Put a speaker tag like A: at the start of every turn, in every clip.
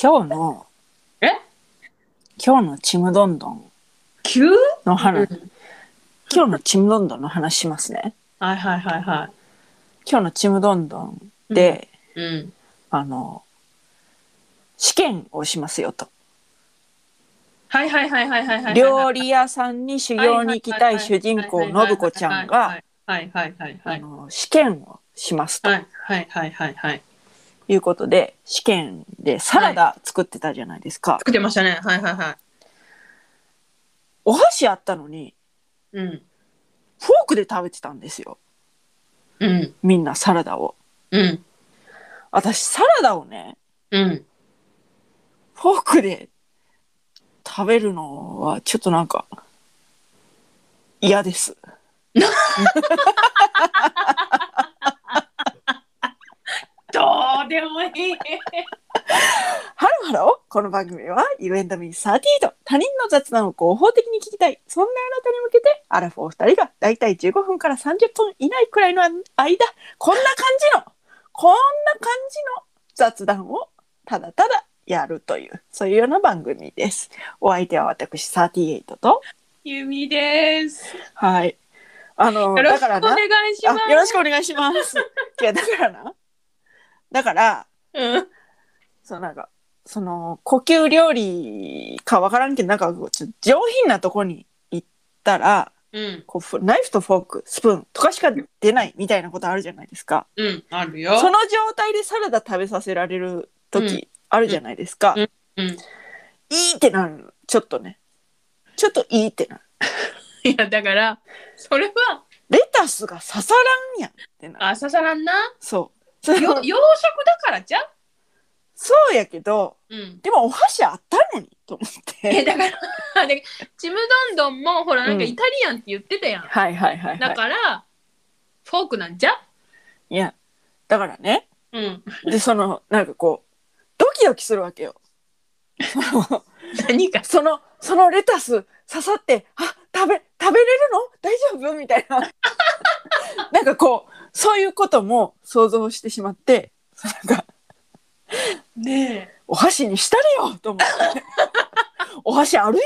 A: 今日の
B: え
A: 今日のちむどんどん
B: 急
A: の話、
B: うん
A: 今日のちむどんどんの話しますね
B: はいはいはいは
A: 今日のちむどんどんで、
B: い。うん。
A: あの試験をしますよと
B: はいはいはいはいはいはい。
A: 料理屋さんに修行に行きたい主人公信子ちゃんが、。
B: はいはいはいは
A: あ
B: い。
A: の試験をしますと
B: はいはいはいはいはい。
A: いうことで、試験でサラダ作ってたじゃないですか、
B: 作ってましたね。はいはいは
A: お箸あったのに
B: い。うん。
A: フォークで食べてたんですよ
B: うん。
A: みんなサラダを
B: うん。
A: 私サラダをね
B: うん。
A: フォークで食べるのはちょっとなんか嫌です。
B: どうでもいい。
A: ハロハロこの番組は You and me30 度他人の雑談を合法的に聞きたいそんなあなたに向けてアラフォー2人がだいたい15分から30分以内くらいの間こんな感じのこんな感じの雑談をただただやるというそういうような番組です。お相手は私38と
B: ゆみです。
A: はいあの
B: よろ
A: だ
B: しく
A: か
B: お
A: らな
B: 願いしま
A: あよろしくお願いし ます。いやだからな。だから、
B: す。うん。
A: そうなんか、その、呼吸料理かわからんけど、なんかこう、ちょっと上品なとこに行ったら、
B: うん。
A: こうフナイフとフォーク、スプーンとかしか出ないみたいなことあるじゃないですか。
B: うん。あるよ。
A: その状態でサラダ食べさせられる時あるじゃないですか。
B: うん。
A: いいってなる。ちょっとね。ちょっといいってなる。
B: いや、だから、それは、
A: レタスが刺さらんやんってなる。
B: あ、刺さらんな。
A: そう。それ
B: よ洋食だからじゃん。
A: そうやけど、
B: うん。
A: でもお箸あったのにと思って。
B: え、だから、でちむどんどんも、ほら、なんか
A: うん
B: イタリアンって言ってたやん。
A: はいはい はい、は
B: だ
A: い。
B: から、フォークなんじゃ。
A: いや、だからね。
B: うん。
A: で、その、なんかこう、ドキドキするわけ よ。その、
B: 何か。
A: その、そのレタス刺さって、あ、食べ、食べれるの大丈夫みたい な。なんかこう、そういうことも想像してしまって、なんか、
B: ねえ。
A: お箸にしたれよと思 って。お箸あるやん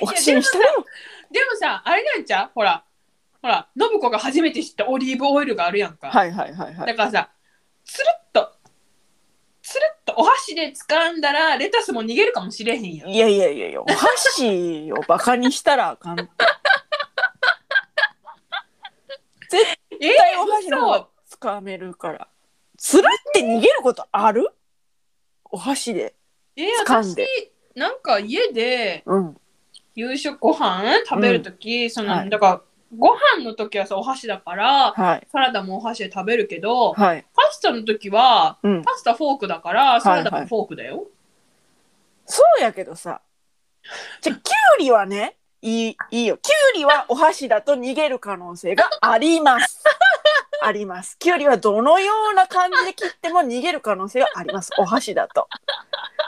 A: お箸にしたれよ
B: でもさ、あれなんちゃうほら。ほら、信子が初めて知ったオリーブオイルがあるやんか。
A: はいはいはいはい。
B: だからさ、つるっと。つるっとお箸で掴んだら、レタスも逃げるかもしれへんやん。
A: いやいやいやいや、お箸をバカにしたらあかん。絶
B: ええ
A: 対お箸の方
B: 嘘
A: がつかめるから。つるって逃げることあるお箸で。
B: えー、
A: 掴
B: 私
A: んで
B: なんか家で
A: うん。
B: 夕食ご飯食べる時、その、
A: はい
B: だからご飯の時はさお箸だから
A: はい。
B: サラダもお箸で食べるけど、
A: はい。
B: パスタの時は
A: うん。
B: パスタフォークだからサラダ
A: はいは
B: も
A: い
B: フォークだよ、
A: そうやけどさ。じゃ、きゅうりはね、いい、いいよ。きゅうりはお箸だと逃げる可能性があります。あります。きゅうりはどのような感じで切っても逃げる可能性があります。お箸だと。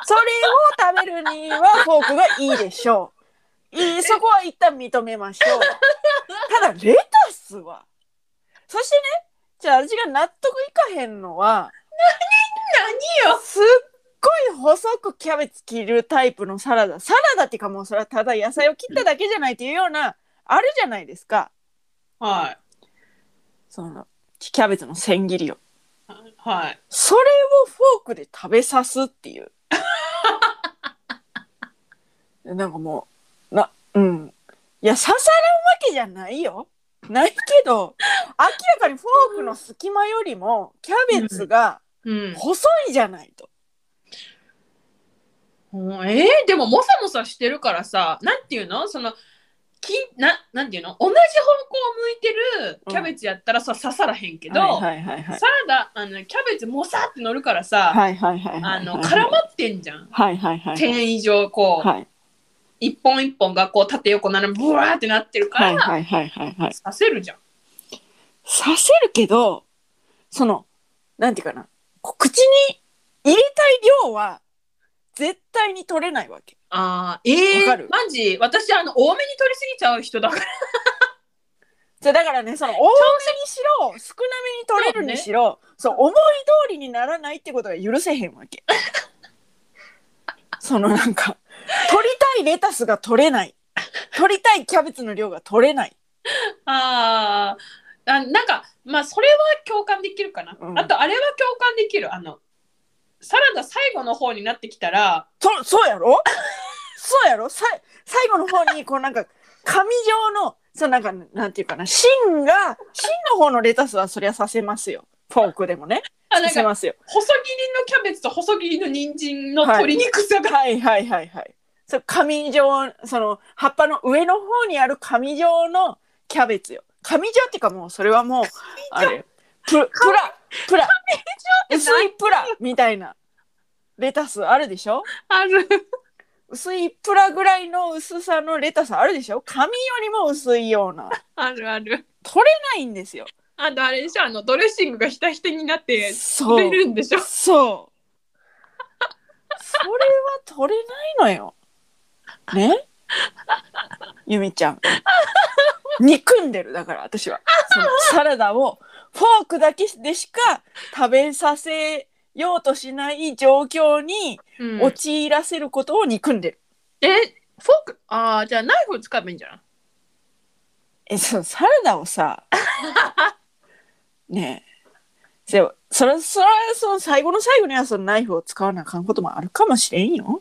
A: それを食べるにはフォークがいいでしょう。いい、そこは一旦認めましょう。ただ、レタスは。そしてね、じゃあ私が納得いかへんのは、すっごい細くキャベツ切るタイプのサラダサラダっていうかもうそれはただ野菜を切っただけじゃないっていうようなあるじゃないですか
B: 何はい
A: そのキャベツの千切りを
B: はい
A: それをフォークで食べさすっていう なんかもうなうんいや刺さらんわけじゃないよないけど明らかにフォークの隙間よりもキャベツが
B: うん、
A: 細いじゃないと、
B: うんえー、でももさもさしてるからさなんていうのそのきななんていうの同じ方向を向いてるキャベツやったらさ、刺さらへんけど、
A: はいはいはいはい
B: サラダあのキャベツもさって乗るからさ、
A: はいはいはいはい。
B: あの絡まってんじゃん。
A: はいはいはい。
B: 繊維上こう、
A: はい
B: 一本一本がこう縦横斜めブワーってなってるか
A: はい
B: ら、
A: はいはいはいはい。
B: させるじゃん。
A: させるけど、その、なんていうかな、こう口に入れたい量は絶対に取れないわけ。
B: あーええー、
A: わかる
B: マジ私あの多めに取りすぎちゃう人だから。
A: じゃあだからね、その多めにしろ、少なめに取れるにしろ、そう思い通りにならないってことが許せへんわけ。そのなんか取りたいレタスが取れない取りたいキャベツの量が取れない
B: あーあなんかまあそれは共感できるかな、
A: うん
B: あとあれは共感できるあのサラダ最後の方になってきたら
A: そそうやろ そうやろさい最後の方にこうなんか紙状のそうなんかなんていうかな芯が芯の方のレタスはそりゃさせますよフォークでもね
B: あ
A: さ
B: なん
A: せ
B: か
A: ますよ
B: 細切りのキャベツと細切りの人参の鶏肉さが、
A: はいはいはいはいそう紙状その葉っぱの上の方にある紙状のキャベツよ紙状っていうかもうそれはもうあれププラプラ
B: 紙状
A: 薄いプラみたいなレタスあるでしょ
B: ある
A: 薄いプラぐらいの薄さのレタスあるでしょ紙よりも薄いような
B: あるある
A: 取れないんですよ
B: あとあれでしょあのドレッシングがひたひたになって
A: そ
B: 出
A: う
B: るんでしょ
A: そうそれは取れないのよねゆみちゃん憎んでるだから私はそのサラダをフォークだけでしか食べさせようとしない状況に
B: うん
A: 陥らせることを憎んでる、
B: えフォークああじゃあナイフ使えばいいんじゃない
A: えそのサラダをさねえでもそれそれその最後の最後にはそのナイフを使わなあかんこともあるかもしれんよ。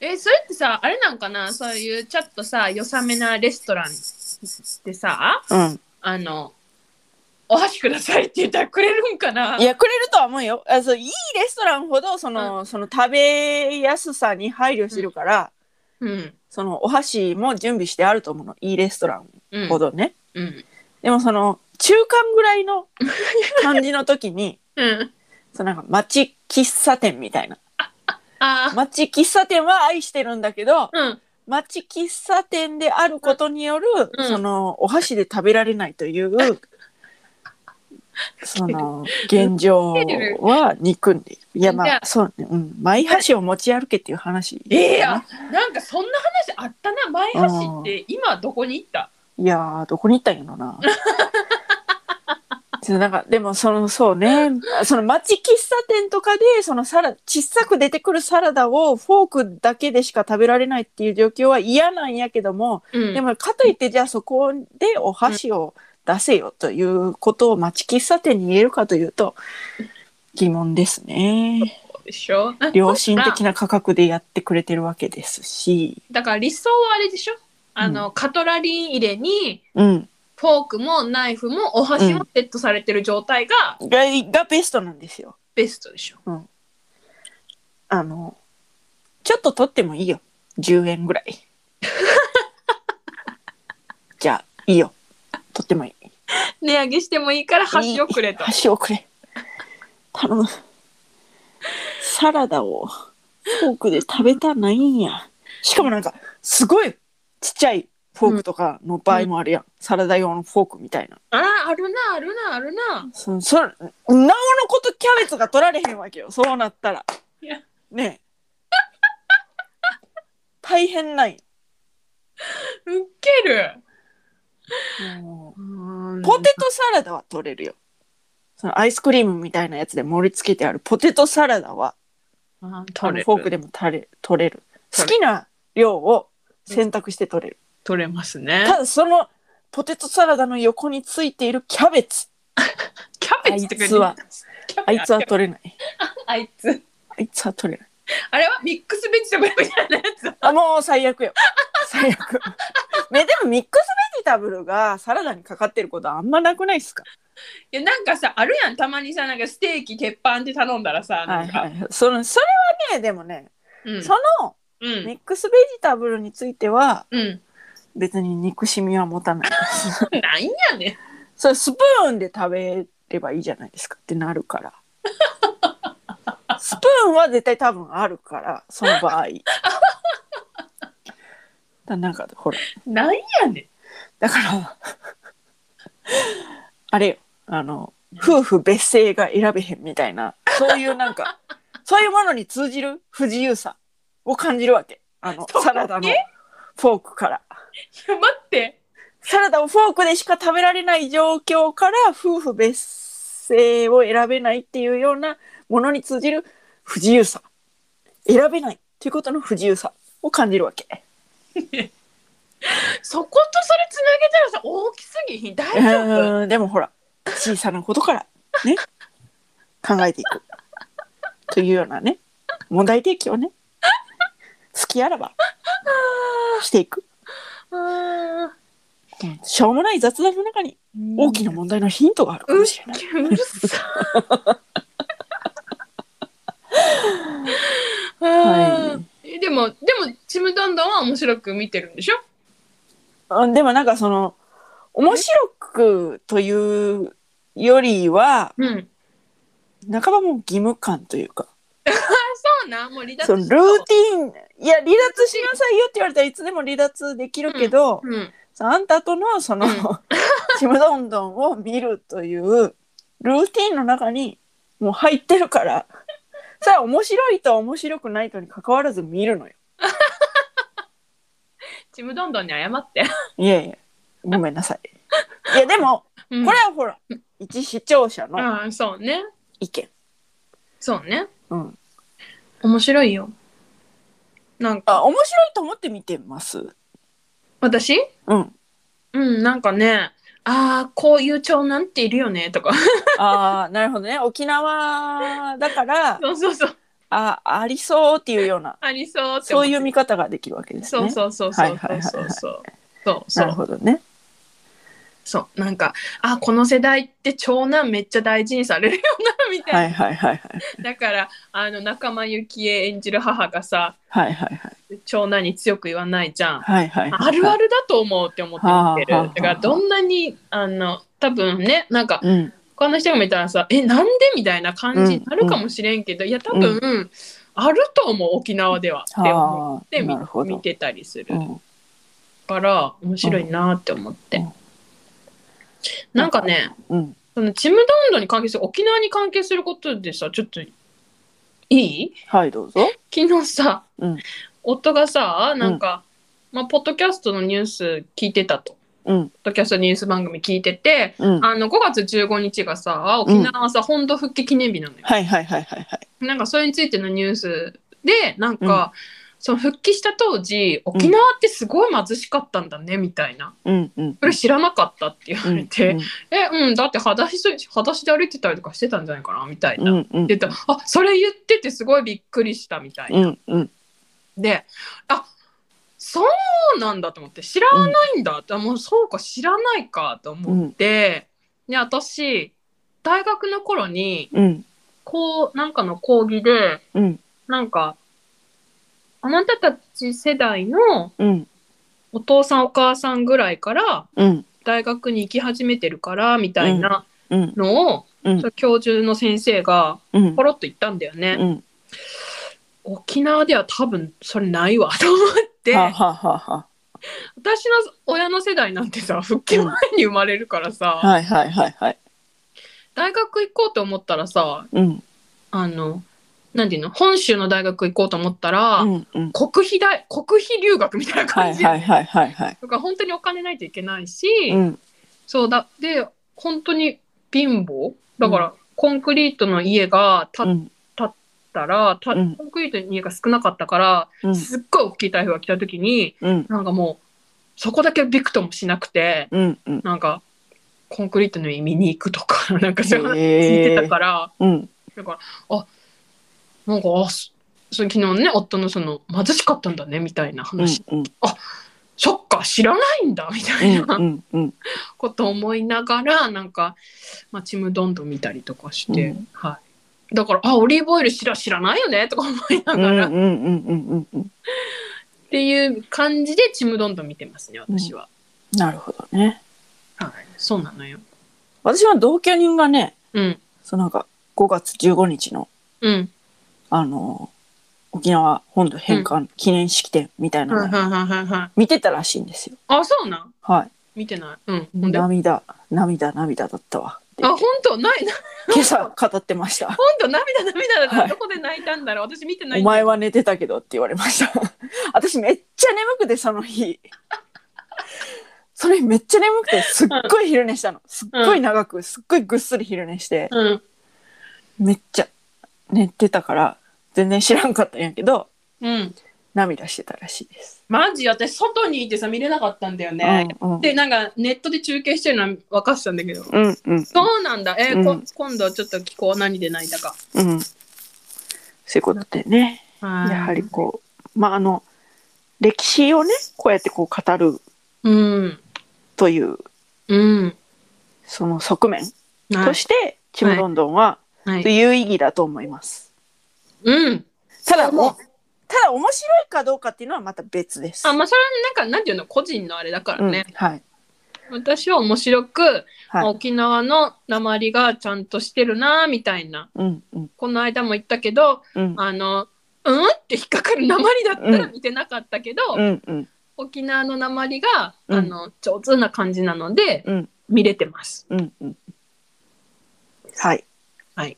B: えそれってさあれなんかなそういうちょっとさ良さめなレストランでさ
A: うん、
B: あのお箸くださいって言ったらくれるんかない
A: やくれるとは思うよあそういいレストランほどその,、その食べやすさに配慮してるから、
B: うん
A: そのお箸も準備してあると思うのいいレストラン
B: うん
A: ほどね。
B: うん
A: でもその中間ぐらい の感じの時に
B: うん
A: そのなんか町喫茶店みたいな
B: あ
A: 町喫茶店は愛してるんだけど、
B: ーうん
A: 町喫茶店であることによる、
B: うん
A: そのお箸で食べられないという、そ の現状は憎んでいる。いやま
B: じゃ
A: あそうね、うん、マイ箸を持ち歩けっていう話、
B: いやなんかそんな話あったな前橋って今どこに行った
A: いやーどこに行ったんやろな。 そうなんかでもそのそうねその町喫茶店とかでそのサラ小さく出てくるサラダをフォークだけでしか食べられないっていう状況は嫌なんやけども、
B: うん
A: でもかといってじゃあそこでお箸を出せよということを町喫茶店に言えるかというと疑問です ね。
B: でしょ
A: 良心的な価格でやってくれてるわけですし、
B: だから理想はあれでしょあの、カトラリー入れに
A: うん、
B: フォークもナイフもお箸もセットされてる状態が
A: ががベストなんですよ。
B: ベストでしょ、
A: あのちょっと取ってもいいよ10円ぐら い。じゃあいいよ取ってもいい。
B: 値上げしてもいいから箸をくれと
A: 箸をくれ頼むサラダをフォークで食べたないんやしかもなんかすごいちっちゃいフォークとかの場合もあるやん、サラダ用のフォークみたいな
B: ああるなあるなあるな
A: そそなおのことキャベツが取られへんわけよそうなったら
B: いや
A: ねえ大変ない
B: ウケる
A: もうポ
B: ポ
A: テトサラダは取れるよそのアイスクリームみたいなやつで盛り付けてあるポテトサラダはあのフォーク
B: で
A: でもたれ取れる好
B: 取れ
A: きな量を選択して取れる、
B: 取れますね
A: ただそのポテトサラダの横についているキャベツ
B: キャベツってくれる
A: あい
B: キャ
A: あ
B: ベ
A: いつは取れない
B: あいつ
A: あいつは取れない
B: あれはミックスベジタブルみたいなやつ
A: あもう最悪 よ最悪ねでもミックスベジタブルがサラダにかかってることあんまなくないですか
B: いやなんかさあるやんたまにさなんかステーキ鉄板で頼んだらさ
A: は
B: ないんか、
A: はいそのそれはねでもね、
B: うん
A: その
B: う
A: ミ
B: ん
A: ックスベジタブルについては
B: うん
A: 別に憎しみは持たないです
B: なんやねん
A: それスプーンで食べればいいじゃないですかってなるからスプーンは絶対多分あるからその場合だなんかほら
B: なんやねん
A: だからあれよあの夫婦別姓が選べへんみたいなそういうなんかそういうものに通じる不自由さを感じるわけあの
B: そこね
A: サラダのフォークから。
B: いや待って
A: サラダをフォークでしか食べられない状況から夫婦別姓を選べないっていうようなものに通じる不自由さ選べないということの不自由さを感じるわけ。
B: そことそれつなげたらさ大きすぎひん大丈夫
A: うんでもほら小さなことからね考えていくというようなね問題提起をね好きあら ばしていく
B: うん
A: しょうもない雑談の中に大きな問題のヒントがあるかもしれない、
B: うるさ い。はい、でも、でも、ちむどんどんは面白く見てるんでしょ
A: うんでもなんかその面白くというよりは
B: うん。
A: 半ばもう義務感というか
B: そうなん、もう離脱
A: そのルー
B: し
A: テ
B: そう
A: ィンいや離脱しなさいよって言われたらいつでも離脱できるけど、
B: うん。
A: そのあんたとのその、
B: うん
A: ちむどんどんを見るというルーティンの中にもう入ってる からさあ面白いと面白くないとに関わらず見るのよ。
B: ちむどんどんに謝って。
A: いやいやごめんな さい。いやでもこ
B: うん、
A: れはほら、一視聴者の
B: ああ、そうね。
A: 意見。
B: そうね。
A: うん、
B: 面白いよ。なんか、
A: あ面白いと思って見てます。
B: 私
A: うん、
B: うん、なんかね、ああ、こういう長男っているよね、とか。
A: ああなるほどね沖縄だから
B: そうそうそう。
A: あありそうっていうような
B: ありそうって
A: そ
B: 思
A: う
B: って
A: いう見方ができるわけですね。
B: そうそうそうそう
A: はいはいはい
B: そ
A: は
B: う
A: い
B: そうそうそ
A: な
B: う
A: るほどね。
B: そうなんかあこの世代って長男めっちゃ大事にされるよなみたいな、
A: はいはいはいはい
B: だからあの仲間由紀恵演じる母がさ
A: はいはいはい。
B: 長男に強く言わないじゃん
A: はいはいはい。
B: あるあるだと思うって思って見て
A: はあはあ
B: る
A: はあ
B: だからどんなにあの多分ねなんか
A: うん。
B: 他の人が見たらさえなんでみたいな感じになるかもしれんけど、いや多分、あると思う沖縄ではって思
A: はあ
B: って見
A: なるほど
B: 見。てたりする
A: う。ん
B: から面白いなって思って、
A: うん
B: なんかね
A: うん。
B: そのちむどんどんに関係する沖縄に関係することでさちょっといい
A: はい、どうぞ。
B: 昨日さ、
A: うん
B: 夫がさなんか、まあ、ポッドキャストのニュース聞いてたと
A: うん
B: ポッドキャストニュース番組聞いてて
A: うん。
B: あの5月15日がさ沖縄はさ、本土復帰記念日なのよ。
A: はいはいはいはいはい。
B: なんかそれについてのニュースでなんか、その復帰した当時沖縄ってすごい貧しかったんだねみたいな。
A: うんうん。
B: それ知らなかったって言われて、
A: うん
B: えうんだって裸足で裸足で歩いてたりとかしてたんじゃないかなみたいうな、
A: んうん
B: で言ったらあそれ言っててすごいびっくりしたみたいな、
A: うんうん
B: であそうなんだと思って知らないんだって、あもうそうか知らないかと思って、で私大学の頃に
A: うん
B: こうなんかの講義で
A: うん
B: なんかあなたたち世代の
A: うん
B: お父さんお母さんぐらいから
A: うん
B: 大学に行き始めてるからみたいな
A: うん
B: のを、
A: うん
B: その教授の先生が
A: うん
B: ポロッと言ったんだよね、
A: うん
B: 沖縄では多分それないわと思って
A: はあはあはあは
B: 私の親の世代なんてさ復帰前に生まれるからさ、
A: あはいはいはいはい
B: 大学行こうと思ったらさ
A: うん
B: あの何ていうの本州の大学行こうと思ったら、
A: うんうん
B: 国費大国費留学みたいな
A: は
B: 感
A: い
B: じ、
A: はいはいはいはい
B: とか本当にお金ないといけないし、
A: うん
B: そうだで本当に貧乏だから、コンクリートの家が建っ
A: うん
B: たら、た
A: うん
B: コンクリートの家が少なかったから、
A: うん
B: すっごい大きい台風が来た時に
A: うん
B: なんかもうそこだけびくともしなくて
A: うんうん
B: なんかコンクリートの家見に行くとか なんかそういう話聞いて
A: へ
B: た
A: え
B: から、
A: うん
B: なんかあそその昨日ね夫のその貧しかったんだねみたいな
A: うん
B: 話、そっか知らないんだみた
A: う
B: い
A: ん
B: な
A: うんうん
B: ことを思いながらなんか、まあ、ちむどんどん見たりとかして、
A: うん
B: はい、だからあオリーブオイル知ら知らないよねとか思いな
A: うん
B: が
A: うん
B: ら、
A: う
B: っ
A: んうんうん
B: ていう感じでちむどんどん見てますね私は、
A: なるほどね
B: はい、そうなのよ
A: 私は同居人がね
B: うん
A: そのなんか5月15日の
B: うん
A: あの沖縄本土返還記念式典みたいな
B: はい
A: のを
B: はいはいはいはい
A: 見てたらしいんですよ。
B: あそうなん
A: はい。
B: 見てないうんほんであ
A: 涙、涙、涙だったわって。
B: 本当ない な
A: 今朝語ってました。
B: 本当涙涙だった、
A: はい
B: どこで泣いたんだろう私見てない
A: お
B: んだ
A: 前
B: よ
A: は寝てたけどって言われました。 私めっちゃ眠くてその日。その日めっちゃ眠くてすっごい昼寝したの。すっごい長く、すっごいぐっすり昼寝して、
B: うん
A: めっちゃ寝てたから全然知らんかったんやけど、
B: うん、
A: 涙してたらしいです。
B: マジ私外にいてさ見れなかったんだよね、
A: うんうん
B: でなんかネットで中継してるのは分かってたんだけど
A: うんうん
B: そうなんだえーこ
A: うん
B: 今度ちょっと聞こう何で泣いたか
A: うん。そういうことだったよね。やはりこう、まああの、歴史をね、こうやってこう語る
B: うん
A: という、
B: うん
A: その側面
B: は
A: と
B: い
A: して、ちむどんどんは
B: はい
A: 有意義だと思います。
B: うん
A: ただ、
B: もう
A: おただ面白いかどうかっていうのはまた別です。
B: あまあそれはなんかなんていうの個人のあれだから
A: うん
B: ね、
A: はい。
B: 私は面白く、まあ
A: はい。
B: 沖縄の鉛がちゃんとしてるなみたいな
A: うんうん
B: この間も言ったけど
A: うん。
B: あのうんって引っかかる鉛だったら
A: う
B: 見てなかったけど、
A: うんうん
B: 沖縄の鉛が、
A: うん
B: あの上手な感じなので、
A: うん
B: 見れてます。
A: うんうん。はい。
B: はい。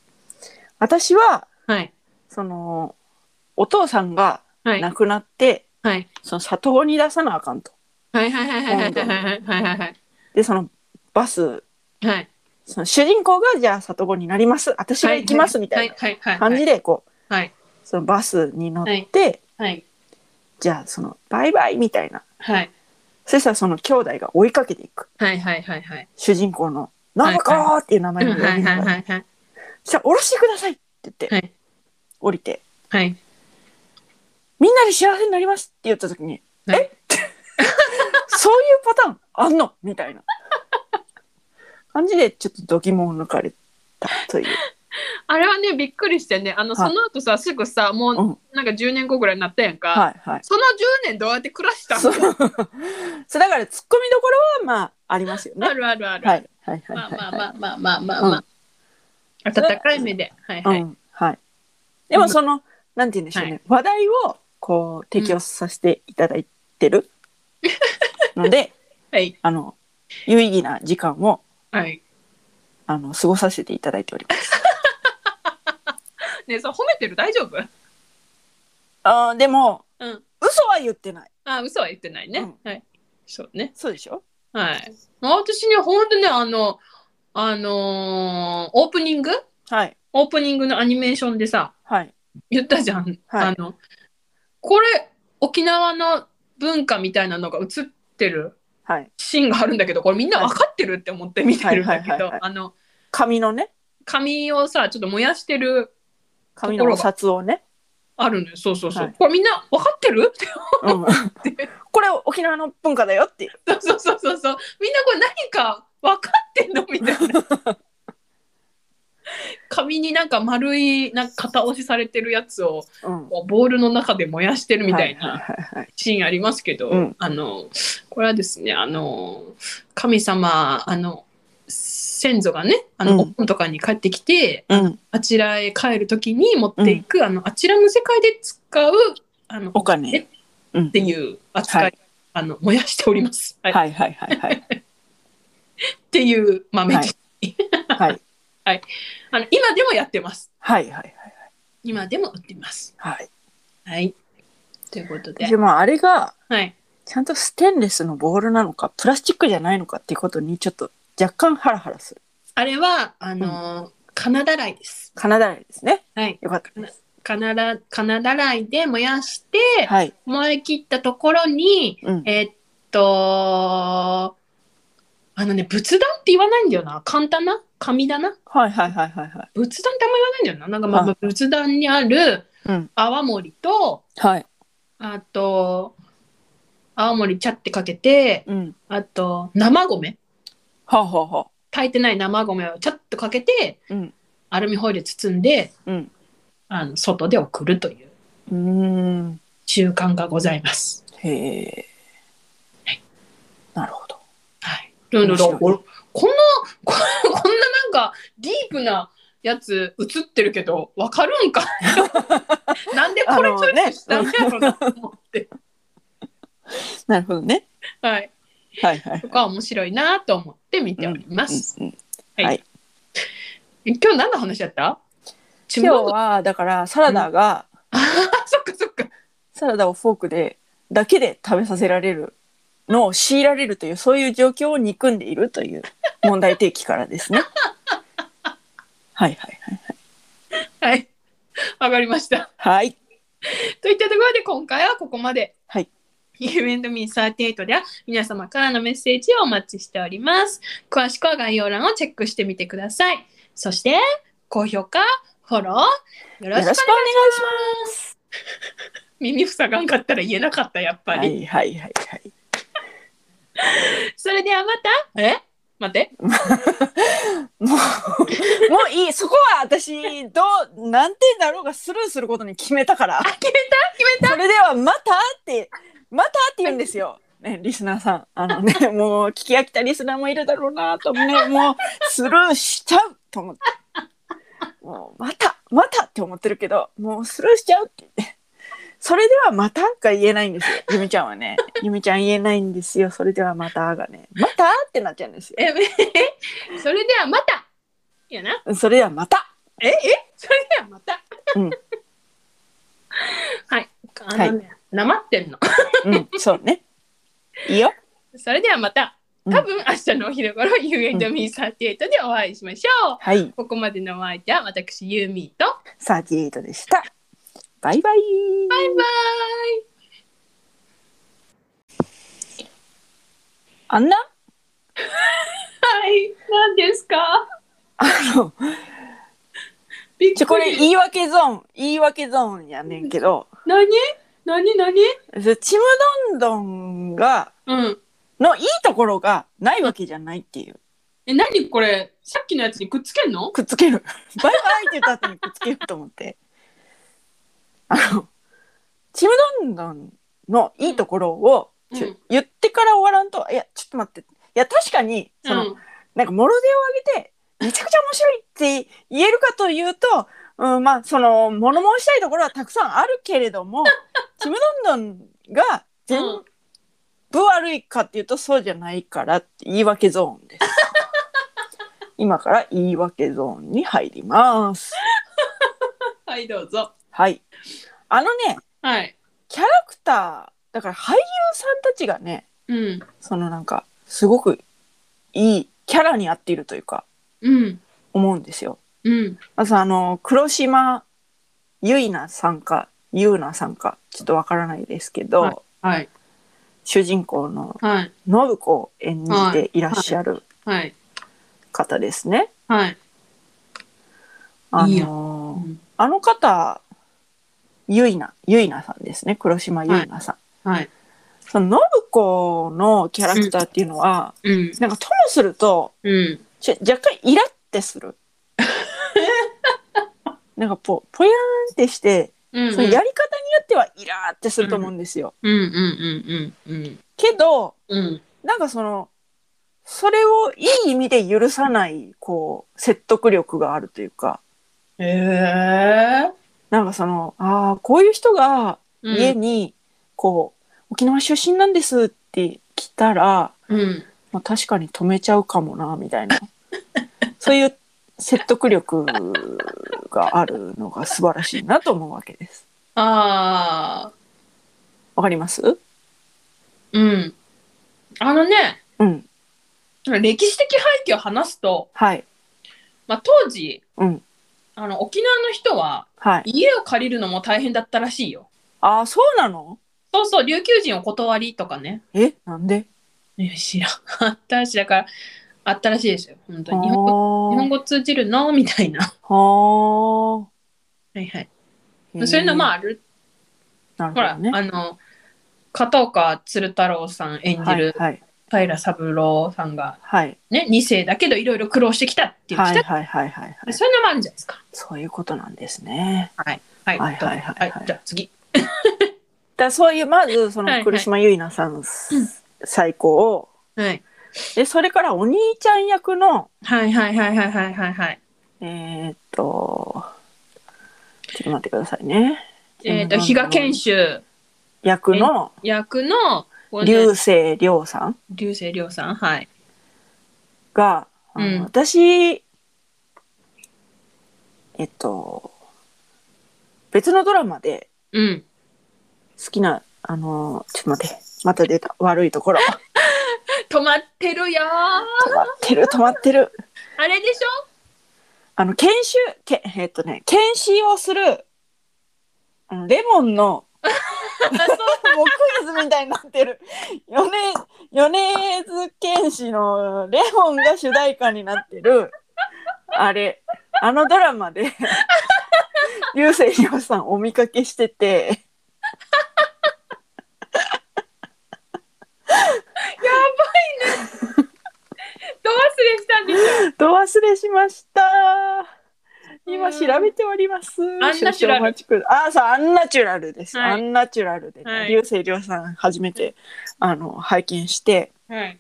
A: 私は、
B: はい
A: その、お父さんが
B: はい
A: 亡くなって、
B: はい
A: その里子に出さなあかんと。
B: はいはいはいはいはいはいはいはいはい
A: で、そのバス、
B: はい
A: その主人公がじゃあ里子になります。私が行きますみたいな
B: はいはい
A: 感じで、こう、
B: はい
A: そのバスに乗って、
B: はい
A: じゃあそのバイバイみたいな。
B: はい
A: そしたらその兄弟が追いかけていく。
B: はいはいはいはい
A: 主人公の、なんかっていう名
B: は
A: 前
B: い
A: の呼び
B: は
A: 名
B: いはい
A: が。
B: はいはい
A: じゃあ降ろしてくださいって言って、
B: はい
A: 降りて、
B: はい
A: みんなで幸せになりますって言った時に、
B: はい
A: えそういうパターンあんのみたいな感じでちょっと度肝を抜かれたという。
B: あれはねびっくりしてねあの
A: は
B: そ
A: い
B: の後さすぐさも
A: うん
B: うなんか10年後ぐらいになったやんか、
A: はいはい。
B: その10年どうやって暮らした
A: そう
B: の
A: そうだからツッコミどころはまあありますよね。
B: あるあるある、
A: はいはいはい
B: まあ
A: はい
B: まあ
A: は
B: まあまあまあまあ
A: うん。
B: まあ温かい目ではいはいい
A: うんはい。でもそのなんて言うんでしょうね、
B: は
A: 話題をこう提供させていただいてる ので、
B: はい
A: あの有意義な時間を
B: はい
A: あの過ごさせていただいております。
B: ねえさ褒めてる大丈夫
A: あーでも
B: うん
A: 嘘は言ってない。
B: あ嘘は言ってないね、
A: うん
B: はいそうね
A: そうでしょ？
B: はい。まあ私ね、本当ね、あの、あのーオープニング
A: はい
B: オープニングのアニメーションでさ、
A: はい
B: 言ったじゃん。あの、これ、沖縄の文化みたいなのが映ってる
A: はい。
B: シーンがあるんだけど、これみんな分かってるって思って見てるんだけ
A: はいはいはい
B: ど
A: はい、
B: あの、
A: 紙のね
B: 紙をさ、ちょっと燃やしてる、
A: 紙のお札を ね。
B: あるのよ。そうそうそう。
A: はい
B: これみんな分かってるって。
A: うん、これ沖縄の文化だよっていう。
B: そうそうそうそうそう。みんなこれ何か分かってんのみたいな。 紙になんか丸いなんか片押しされてるやつを
A: うん。
B: こうボールの中で燃やしてるみたい
A: は
B: な
A: ははいはい。
B: シーンありますけど、
A: うん
B: あのこれはですねあの神様あの先祖がねあの、
A: うん
B: お盆とかに帰ってきて
A: うん。
B: あちらへ帰る時に持っていく、あのあちらの世界で使うあの
A: お
B: っ
A: 金。うん
B: て。いう扱い、
A: はい
B: あの燃やしております。はい
A: はいはいはい はい。
B: っていう豆知識、
A: はい
B: あの今でもやってます
A: はいはいはい
B: 今でも売ってます
A: はい。
B: はいということで
A: でもあれが
B: はい
A: ちゃんとステンレスのボールなのかプラスチックじゃないのかっていうことにちょっと若干ハラハラする。
B: あれはあのーカナダライです
A: カナダ雷ですね。
B: はい
A: よかったです。
B: カナダカナダライで燃やして、
A: はい。
B: 燃え切ったところに
A: うん。
B: えーっとあのね仏壇って言わないんだよな簡単な紙だな
A: はいはいはいはいはい。
B: 仏壇ってあんま言わないんだよななんかまあ、
A: は
B: 仏壇にある
A: うん。
B: 泡盛と
A: はい。
B: あと泡盛ちゃってかけて
A: うん。
B: あと生米
A: はあ、はあはあ、
B: 炊いてない生米をちょっとかけて、
A: うん
B: アルミホイル包んで
A: うん。
B: あの外で送るという
A: うーん。
B: 習慣がございます。
A: へえ。なるほど。
B: はい、ルンルン
A: 面白い
B: この ここんななんかディープなやつ映ってるけどわかるんか なんでこれチョイスしたんやろうなと思って、
A: なるほどね。
B: はい、
A: はいはい
B: と。か面白いなと思って見ております。
A: うんうん、
B: え今日何の話だった
A: 今日はだからサラダが、
B: あ そっかそっか
A: サラダをフォークでだけで食べさせられるのを強いられるというそういう状況を憎んでいるという問題提起からです ね。はいはいはい
B: はいわかりました。
A: はい。
B: といったところで今回はここまで。
A: はい。
B: You and me38 では皆様からのメッセージをお待ちしております。詳しくは概要欄をチェックしてみてください。そして、高評価、フォロー、よろしくお願いします。
A: ます。
B: 耳塞がんかったら言えなかった、やっぱ
A: は
B: り。
A: いはいはいはい。
B: それではまた、え待って。
A: もうもういいそこは私どう何点だろうがスルーすることに決めたから
B: あ、決めた決めた
A: それではまたってまたって言うんですよ。ね、リスナーさんあのねもう聞き飽きたリスナーもいるだろうなとねもうスルーしちゃうと思ってもうまたまたって思ってるけどもうスルーしちゃうって言ってそれではまたが言えないんですよゆみちゃんはねゆみちゃん言えないんですよそれではまたがねまたってなっちゃうんですよ
B: え、えそれではまたやな。
A: それではまた
B: え、えそれではまた。
A: うん
B: はい。あのね、な、まってんの。
A: うんそうねいいよ
B: それではまた。
A: うん
B: 多分明日のお昼頃、You and me38 でお会いしましょう。
A: はい
B: ここまでのお相手は私、ユーミーと。
A: 38でしたバイバイ
B: バイバイ。
A: あんな
B: はい。何ですか
A: あの
B: びっ
A: ちょこ
B: く
A: れ
B: り。
A: 言い訳ゾーン言い訳ゾーンやねんけど
B: 何何何
A: そちむどんどんが
B: うん。
A: のいいところがないわけじゃないっていう
B: え、何これさっきのやつにくっつけんの
A: くっつけ るバイバイって言った後にくっつけると思ってあのちむどんどんのいいところを、ちょ
B: うん
A: 言ってから終わらんといやちょっと待っていや確かにその、
B: うん。
A: なんか、もろ手を挙げて、めちゃくちゃ面白いって言えるかというと、うん、まあ、その、物申したいところはたくさんあるけれども、ちむどんどんが全
B: うん
A: 部悪いかっていうと、そうじゃないからって言い訳ゾーンです。今から言い訳ゾーンに入ります。
B: はい、どうぞ。
A: はい。あのね、
B: はい。
A: キャラクター、だから俳優さんたちがね、
B: うん。
A: そのなんか、すごくいいキャラに合っているというか、
B: うん。
A: 思うんですよ。
B: うん。
A: まずあの黒島ゆいなさんかゆうなさんかちょっとわからないですけど、
B: はい。
A: 主人公の
B: はい。
A: 信子を演じていらっしゃる
B: はい。
A: 方ですね。
B: はい。
A: あ
B: いい
A: のーあの方ゆいなゆいなさんですね黒島ゆいなさん。
B: はい。
A: その信子のキャラクターっていうのは、
B: うん。
A: なんかともすると
B: うん。
A: ちょ若干イラってす る。なんかぽぽやーんってして、
B: うん。
A: そのやり方によってはイラーってすると思うんですよ。
B: うんうんうんうんうん。
A: けど
B: うん。
A: なんかそのそれをいい意味で許さないこう説得力があるというか
B: へえ。
A: なんかそのああこういう人が家にこう、沖縄出身なんですって来たら、
B: うん。
A: まあ、確かに止めちゃうかもなみ たいなそういう説得力があるのが素晴らしいなと思うわけです。
B: ああ。
A: わかります
B: うん。あのね、
A: うん
B: 歴史的背景を話すと、
A: はい
B: まあ、当時、
A: うん
B: あの沖縄の人は
A: はい。
B: 家を借りるのも大変だったらしいよ。
A: ああそうなの
B: そうそう、琉球人お断りとかね。
A: えなんで
B: いや知らん。あったらしい。だから、あったらしいですよ。本当に。日本語日
A: 本
B: 本語通じるのみたいな。
A: は
B: はいはい。
A: あ。
B: そういうのも
A: あ、
B: ある。
A: なる
B: ほら、
A: ほどね。
B: あの、片岡鶴太郎さん演じ
A: はい
B: る
A: はい
B: 平三郎さんが
A: はい
B: ね、2世だけどいろいろ苦労してきたっていう、
A: はい
B: き
A: はいはいはいは
B: た
A: い。
B: そういうのもあるんじゃないですか。
A: そういうことなんですね。
B: はい。はい。
A: はいはいはいはい
B: じゃあ次。
A: だからそういうまずそ
B: はいは
A: の
B: い
A: 黒島結菜さん最高を、
B: はい。
A: でそれからお兄ちゃん役の
B: はいはいはいはいはいはいはい。
A: えーっとちょっと待ってくださいね。
B: えっ、と、比嘉賢秀
A: 役の
B: 役の、これね
A: 流星涼さん
B: 流星涼さん。はい。
A: が、あの
B: うん
A: 私えっと別のドラマで
B: うん。
A: 好きなあのちょっと待ってまた出た悪いところ。
B: 止まってるよー
A: 止まってる止まってる
B: あれでしょ
A: あの研修けえっとね検視をするあのレモンのもうクイズみたいになってる米米津玄師の「レモン」が主題歌になってるあれあのドラマで流星ひろさんお見かけしてて
B: どう忘れしたんでしょ
A: ど忘れしました今調べております
B: アンナチュ
A: 少々
B: ラル
A: お待ちくだあそうアンナチュラルです、
B: はい
A: アンナチュラルで、ね
B: はい
A: 流星涼さん初めてあの拝見して
B: う。はい。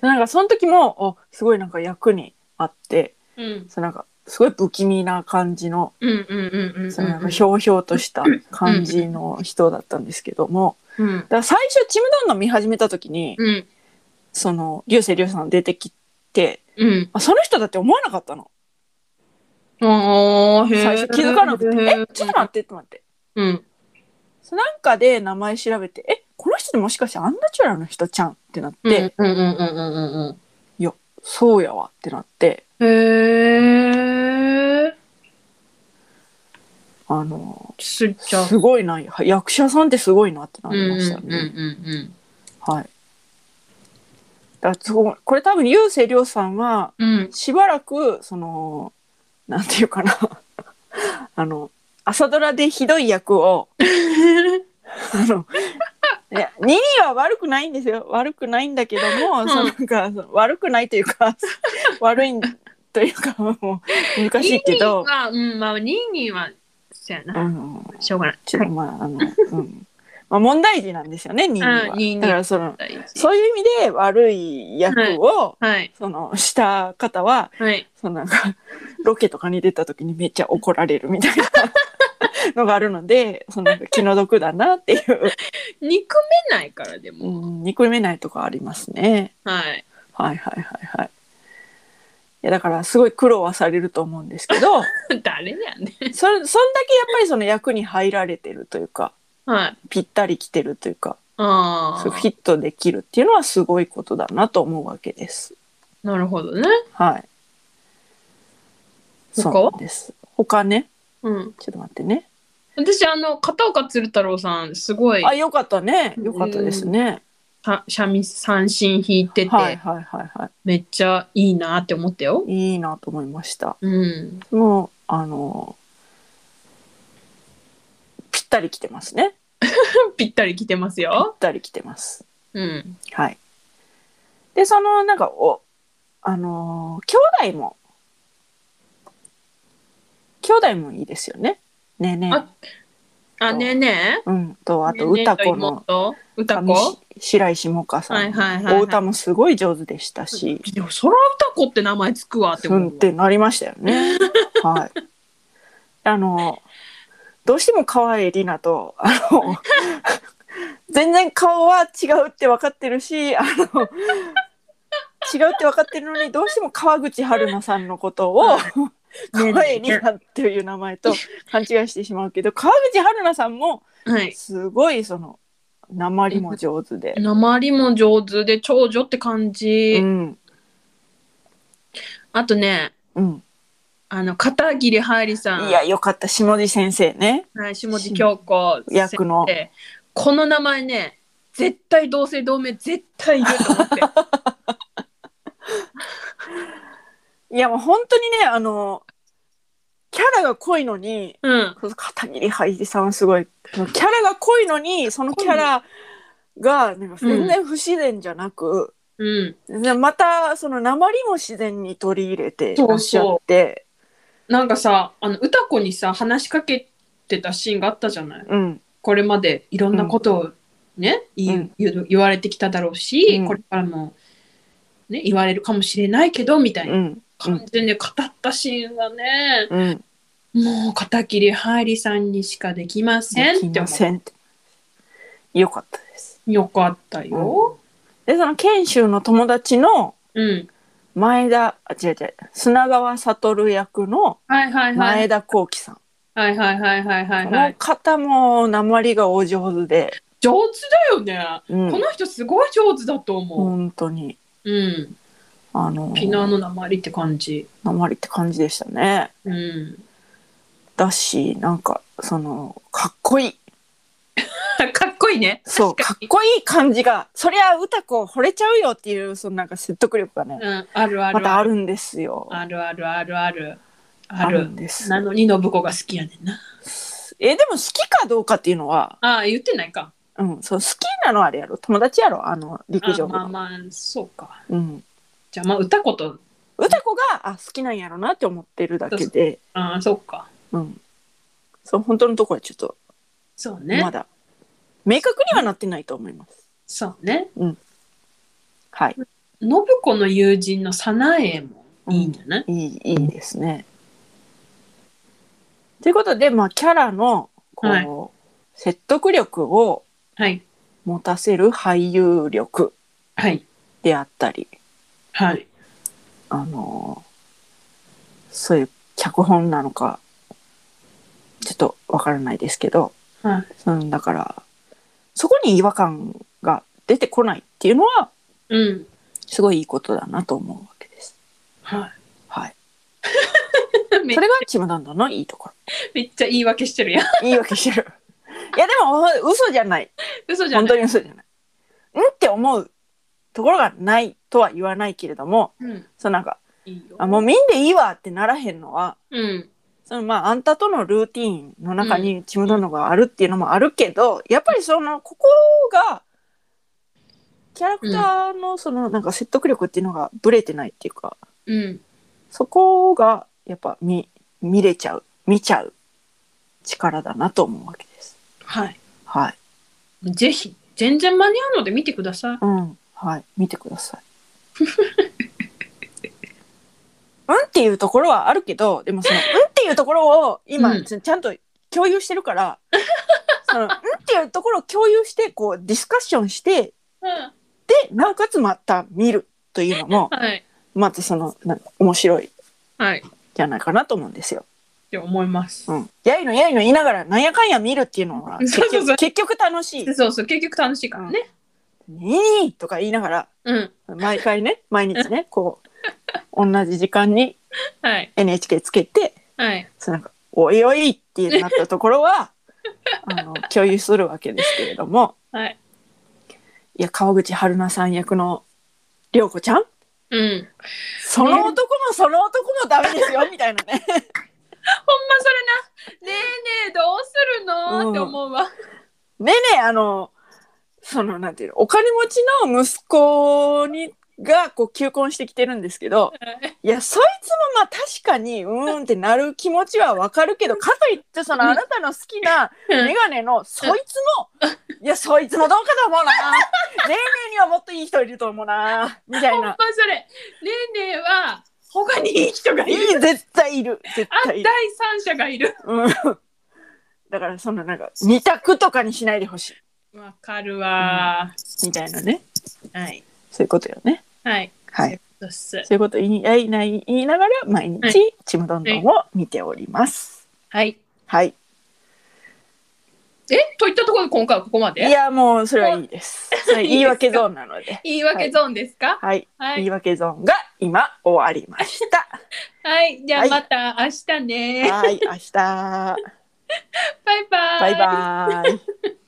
A: でなんかその時もおすごいなんか役にあって
B: うん。
A: そのなんかすごい不気味な感じの
B: うんうんうんうん。
A: そのなんかひょうひょうとした感じの人だったんですけども
B: うん
A: だ。から最初「ちむどんどん」見始めた時に
B: うん。
A: その流星涼さん出てきて
B: うん。
A: あその人だって思わなかったの
B: ああ、へえ。
A: 最初気づかなくて「えちょっと待
B: っ
A: っ。て」って待って
B: うん。
A: そのなんかで名前調べて「えこの人ってもしかしてアンナチュラルの人ちゃん」ってなって「
B: うんうんうんうんうんうん
A: そうやわ」ってなって
B: うん。へえ。
A: あの
B: すっちゃ。
A: すごいな役者さんってすごいなってな
B: うん
A: り
B: うん
A: ま
B: う
A: したね。
B: ん
A: はい。だからそうこれ多分竜星涼さんは
B: うん。うん。
A: しばらくそのなんていうかな あの朝ドラでひどい役 をあのいやニニは悪くないんですよ悪くないんだけども、
B: うん
A: そのなんかその悪くないというか 悪いというかもう難しいけど
B: ニーニー。はうん、まあ、ニーニーは、そうや
A: あ
B: な。
A: の
B: しょうがない。
A: ちょっとまああの、うんまあ、問題児なんですよねニニ
B: う
A: は
B: んニーニー
A: だからその
B: 大事
A: そういう意味で悪い役を、
B: はい。
A: そのした方は
B: はい。
A: そのなんかロケとかに出た時にめっちゃ怒られるみたい なのがあるのでそのなんか気の毒だなって いう、
B: 憎めないから、でも。
A: うん、憎めないとこありますね
B: はい。
A: はいはいはいはいいやだからすごい苦労はされると思うんですけ ど
B: 誰やね。
A: そそんだけやっぱりその役に入られてるというか
B: はい。
A: ぴったりきてるというか
B: あ
A: そうフ
B: あ。
A: ィットできるっていうのはすごいことだなと思うわけです
B: なるほどね。
A: はい
B: 他
A: そうなんです他ね
B: うん。
A: ちょっと待ってね
B: 私、あの、片岡鶴太郎さん、すごい、
A: あ、よかったね。よかったですね。
B: さ三味三振弾いてて、
A: はいはいはいは
B: めっちゃいいなって思ったよ。
A: い。いいなと思いました。
B: うん。
A: もう、あのぴったり来てますね。
B: ぴったり来てます
A: ぴ
B: よ。
A: ったり来てます。
B: うん。
A: はい。で、その、なんか、お、あの兄弟も、兄弟もいいですよね。ねえねえ
B: ああ、ねえね
A: うん。と、
B: え。
A: あと、
B: ねえねえ
A: 歌子の、
B: と妹。歌
A: 上
B: 子
A: 白石萌歌さん、
B: はいはいはいはい
A: お歌もすごい上手でしたし、
B: いや、そら歌子って名前つくわって
A: う
B: 思
A: ん
B: う
A: っ
B: わ。
A: てなりましたよ ね。はい。あの、どうしても可愛いリナと、あの、全然顔は違うって分かってるし、あの、違うって分かってるのに、どうしても川口春奈さんのことを、 可愛いリナっていう名前と勘違いしてしまうけど、川口春奈さんも、
B: はい。
A: すごいその、鉛も上手で。
B: 鉛も上手で長女って感じ。
A: うん。
B: あとね、
A: うん。
B: あの、片桐はいりさん。
A: いや、よかった。下地先生ね。
B: はい、下地京子先生
A: 役の。
B: この名前ね、絶対同姓同名絶対いる と思って。
A: いやもう本当にねあのキャラが濃いのに
B: うん。
A: そう片桐はいりさんはすごいキャラが濃いのにそのキャラがなんか全然不自然じゃなく、
B: うん。
A: でまたその鉛も自然に取り入れていらっしゃって
B: なんかさ、あの、歌子にさ、話しかけてたシーンがあったじゃない。
A: うん
B: これまでいろんなことをね、言う言う言われてきただろうし、
A: うん
B: これからも、ね、言われるかもしれないけど、みたいな
A: うん
B: 感じで語ったシーンがね、
A: うん
B: もう片桐はいりさんにしかできませんって
A: 金
B: 思
A: の線ってよかったです
B: う。よかったよ。
A: でその賢秀の友達の
B: うん。
A: 前田あ違う違う砂川悟役の
B: はいはいはい。
A: 前田幸輝さん、
B: はいはいはいはいはいは
A: この
B: い。
A: 方も鉛がお上手で、
B: 上手だよね。
A: うん
B: この人すごい上手だと思う。
A: 本当に
B: うん。
A: あの
B: 沖縄の鉛って感じ。
A: 鉛って感じでしたね。
B: うん。
A: だしなんかそのかっこいい
B: かっこいいね。
A: そうか
B: 確
A: っこいい感じがそりゃ歌子惚れちゃうよっていうそのなんか説得力がね
B: うん、あるあ
A: ま
B: る
A: た
B: あ
A: あ
B: る。
A: るんですよ
B: あるあるあるある。あ
A: ある
B: る
A: ん。です
B: なのに信子が好きやねんな。
A: えでも好きかどうかっていうのは、
B: ああ、言ってないか。
A: うん、そう好きなのはあれやろ友達やろあの陸
B: あ
A: 上部
B: まあ
A: の、
B: まあ、そうか。
A: うん、
B: じゃあまあ、歌子と、
A: 歌子があ好きなんやろなって思ってるだけで
B: ああ、そうか。
A: うん、そう本当のところはちょっと
B: そうね
A: ま。だ明確にはなってないと思います。
B: そうね。
A: はい、
B: 信子の友人の早苗もいいんじゃない、
A: いいいいですね。ということで、まあ、キャラのこう、
B: はい
A: 説得力を
B: はい。
A: 持たせる俳優力
B: はい。
A: であったり、
B: はい。
A: あのーそういう脚本なのかちょっとわからないですけど、
B: はい
A: そのだからそこに違和感が出てこないっていうのは
B: うん。
A: すごいいいことだなと思うわけです。
B: は
A: はい、
B: い。 め
A: それがちむどんどんのいいとこ
B: めっちゃ言い訳してるやん。
A: ろ。いいわけしてる。 いやでも嘘じゃない。
B: 嘘じゃ
A: 本
B: ない。
A: 当に嘘じゃない。うんって思うところがないとは言わないけれども、
B: うん。
A: そのなんか
B: いいよ。
A: あもう見んでいいわってならへんのは、
B: うん。
A: そのまああんたとのルーティンの中にちむどんどんがあるっていうのもあるけど、やっぱりそのここがキャラクターのそのなんか説得力っていうのがブレてないっていうか、
B: うん。
A: そこがやっぱ見見れちゃう見ちゃう力だなと思うわけです。
B: はい。
A: はい、
B: ぜひ、全然間に合うので見てください。
A: うん、はい、見てください。 うんっていうところはあるけど、でもそ のうんっていうところを今、
B: うん
A: ちちゃんと共有してるから、 そのうんっていうところを共有してこうディスカッションして
B: うん。
A: でなおかつまた見るというのも
B: はい。
A: またそのなんか面白い
B: はい。っ
A: じゃないかなと思うんですよ。
B: て思います。
A: うん、やいのやいの言いながらなんやかんや見るっていうのは結
B: そうそうそ
A: 局
B: う
A: 結局楽しい。
B: そうそう、結局楽しいからね。
A: いいとか言いながら
B: うん。
A: 毎回 ね毎日ねこう同じ時間に
B: はい。
A: NHK つけて
B: はい。
A: そのなんか「おいおい」ってなったところは あの共有するわけですけれども
B: はい。
A: いや川口春奈さん役の涼子ちゃん
B: うん。
A: その男もその男もダメですよみたいなね
B: ほんまそれな。ねえねえ、どうするの、
A: うん
B: って思うわ。
A: ねえねえあのそのなんていうのお金持ちの息子にがこう求婚してきてるんですけど、いやそいつもまあ確かにうーんってなる気持ちはわかるけどかといってそのあなたの好きな
B: うん
A: メガネのそいつもいやそいつもどうかと思うな例年にはもっといい人いると思うなみたい
B: ほんま
A: な
B: それ。ねえねえは、他にいい人がい
A: いい
B: る。
A: 絶対いる絶
B: あ、
A: 対
B: 第
A: いる、
B: 三者がいる。
A: うん、だからそのなんか二択とかにしないでほし
B: わかるわ、
A: いみたいなね
B: はい。
A: そういうことよね
B: はい。
A: はい
B: そうっす。
A: そういうこと言い合いない言いながら毎
B: は
A: 日ちむどんどんを見ております
B: はい。
A: はい
B: えといったところで今回はここま
A: い
B: で
A: やもうそれはいいですそれ言い訳ゾーンなので
B: 言い訳ゾーンですか
A: はい
B: は
A: 言い
B: い。
A: 訳ゾーンが今終わりました。
B: はい。じゃ
A: は
B: あ
A: い
B: また明日 ね。
A: はい、明日。
B: バイバイ。
A: バイバイ。